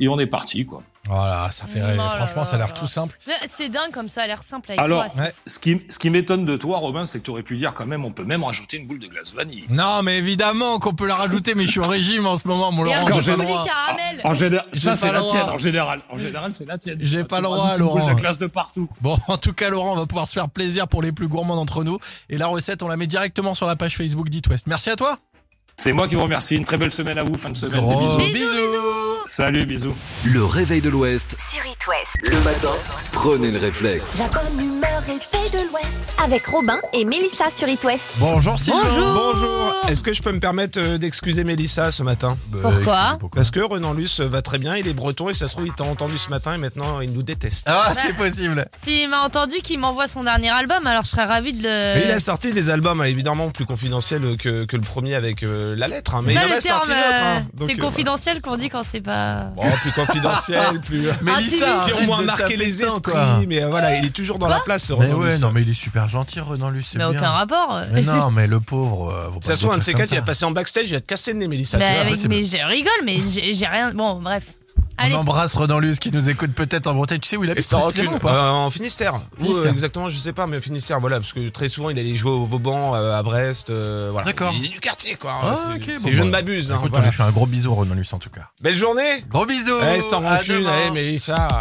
Speaker 6: Et on est parti, quoi.
Speaker 4: Voilà, ça fait
Speaker 3: Oh
Speaker 4: rêver.
Speaker 3: là
Speaker 4: Franchement,
Speaker 3: là
Speaker 4: ça a l'air
Speaker 3: là.
Speaker 4: tout simple.
Speaker 3: Mais C'est dingue comme ça, a l'air simple avec
Speaker 6: Alors,
Speaker 3: toi. c'est-
Speaker 6: ce qui, ce qui m'étonne de toi, Robin, c'est que tu aurais pu dire quand même, on peut même rajouter une boule de glace vanille.
Speaker 4: Non, mais évidemment qu'on peut la rajouter, mais je suis au régime en ce moment, mon
Speaker 3: Et un
Speaker 4: Laurent.
Speaker 3: petit
Speaker 6: j'ai
Speaker 4: J'ai pas le
Speaker 3: coulis
Speaker 4: droit.
Speaker 3: caramel.
Speaker 6: Ah, En général,
Speaker 4: J'ai
Speaker 6: ça
Speaker 4: pas
Speaker 6: c'est la
Speaker 4: le droit.
Speaker 6: tienne. En général, en général, c'est la tienne.
Speaker 4: J'ai
Speaker 6: Tu
Speaker 4: pas le
Speaker 6: rajoutes
Speaker 4: droit,
Speaker 6: une boule
Speaker 4: Laurent.
Speaker 6: de glace de partout.
Speaker 4: Bon, en tout cas, Laurent, on va pouvoir se faire plaisir pour les plus gourmands d'entre nous. Et la recette, on la met directement sur la page Facebook d'It West. Merci à toi.
Speaker 6: C'est moi qui vous remercie. Une très belle semaine à vous. Fin de semaine. Des
Speaker 4: Gros
Speaker 6: bisous.
Speaker 4: bisous.
Speaker 6: Salut, bisous.
Speaker 1: Le réveil de l'Ouest,
Speaker 2: Sur It West.
Speaker 1: le matin, prenez le réflexe.
Speaker 2: La bonne humeur et paix de l'Ouest. Avec Robin et Mélissa sur It West.
Speaker 4: Bonjour Sylvain.
Speaker 8: Bonjour. Est-ce que je peux me permettre euh, d'excuser Mélissa ce matin
Speaker 4: Bah,
Speaker 3: Pourquoi
Speaker 8: Parce que Renan Luce va très bien, il est breton et ça se trouve il t'a entendu ce matin et maintenant il nous déteste.
Speaker 4: Ah, c'est possible.
Speaker 3: S'il m'a entendu qu'il m'envoie son dernier album, alors je serais ravie de le.
Speaker 8: Mais il a sorti des albums hein, évidemment plus confidentiels que, que le premier avec euh, la lettre, hein, mais
Speaker 3: Ça,
Speaker 8: il en
Speaker 3: le
Speaker 8: a
Speaker 3: terme,
Speaker 8: sorti d'autres.
Speaker 3: euh,
Speaker 8: hein. Donc,
Speaker 3: c'est
Speaker 8: euh,
Speaker 3: confidentiel qu'on dit quand c'est pas.
Speaker 8: voilà. Bon, plus confidentiel, plus.
Speaker 3: Ah,
Speaker 4: Mélissa,
Speaker 8: Dire
Speaker 4: arrête
Speaker 8: au moins
Speaker 4: de
Speaker 8: marquer
Speaker 4: taper
Speaker 8: les
Speaker 4: dedans,
Speaker 8: esprits,
Speaker 4: quoi.
Speaker 8: mais euh, voilà, il est toujours dans la place, ce
Speaker 4: Mais
Speaker 8: Renan
Speaker 4: ouais,
Speaker 8: Luce.
Speaker 4: non, mais il est super gentil, Renan Luce. c'est
Speaker 3: Mais
Speaker 4: bien.
Speaker 3: aucun rapport.
Speaker 4: Mais non, mais le pauvre. euh, faut pas
Speaker 8: Ça se trouve, un de
Speaker 4: le
Speaker 8: ces
Speaker 4: traiter
Speaker 8: quatre, il a
Speaker 4: comme ça.
Speaker 8: passé en backstage, il a te cassé le nez, Mélissa.
Speaker 3: mais,
Speaker 8: tu vois.
Speaker 3: Bah, avec-
Speaker 4: possible.
Speaker 3: mais je rigole, mais j'ai j'ai rien. Bon, bref. Allez.
Speaker 4: On embrasse Renan Luce qui nous écoute peut-être en Bretagne. Tu sais où il
Speaker 8: Et
Speaker 4: habite
Speaker 8: sans
Speaker 4: précisément
Speaker 8: rancune.
Speaker 4: ou pas
Speaker 8: Euh, en Finistère. Où,
Speaker 4: Finistère.
Speaker 8: euh, exactement, je sais pas, mais Finistère, voilà, parce que très souvent il allait jouer au Vauban, euh, à Brest, euh, voilà.
Speaker 4: D'accord.
Speaker 8: Il est du quartier, quoi.
Speaker 4: Ah,
Speaker 8: C'est-
Speaker 4: ok,
Speaker 8: c'est-
Speaker 4: bon,
Speaker 8: je
Speaker 4: bah,
Speaker 8: ne m'abuse. hein,
Speaker 4: Écoute, on
Speaker 8: voilà.
Speaker 4: lui fait un gros bisou, Renan Luce, en tout cas.
Speaker 8: Belle journée.
Speaker 4: Gros bisous.
Speaker 8: Eh, sans
Speaker 4: À
Speaker 8: rancune,
Speaker 4: demain.
Speaker 8: eh, mais ça.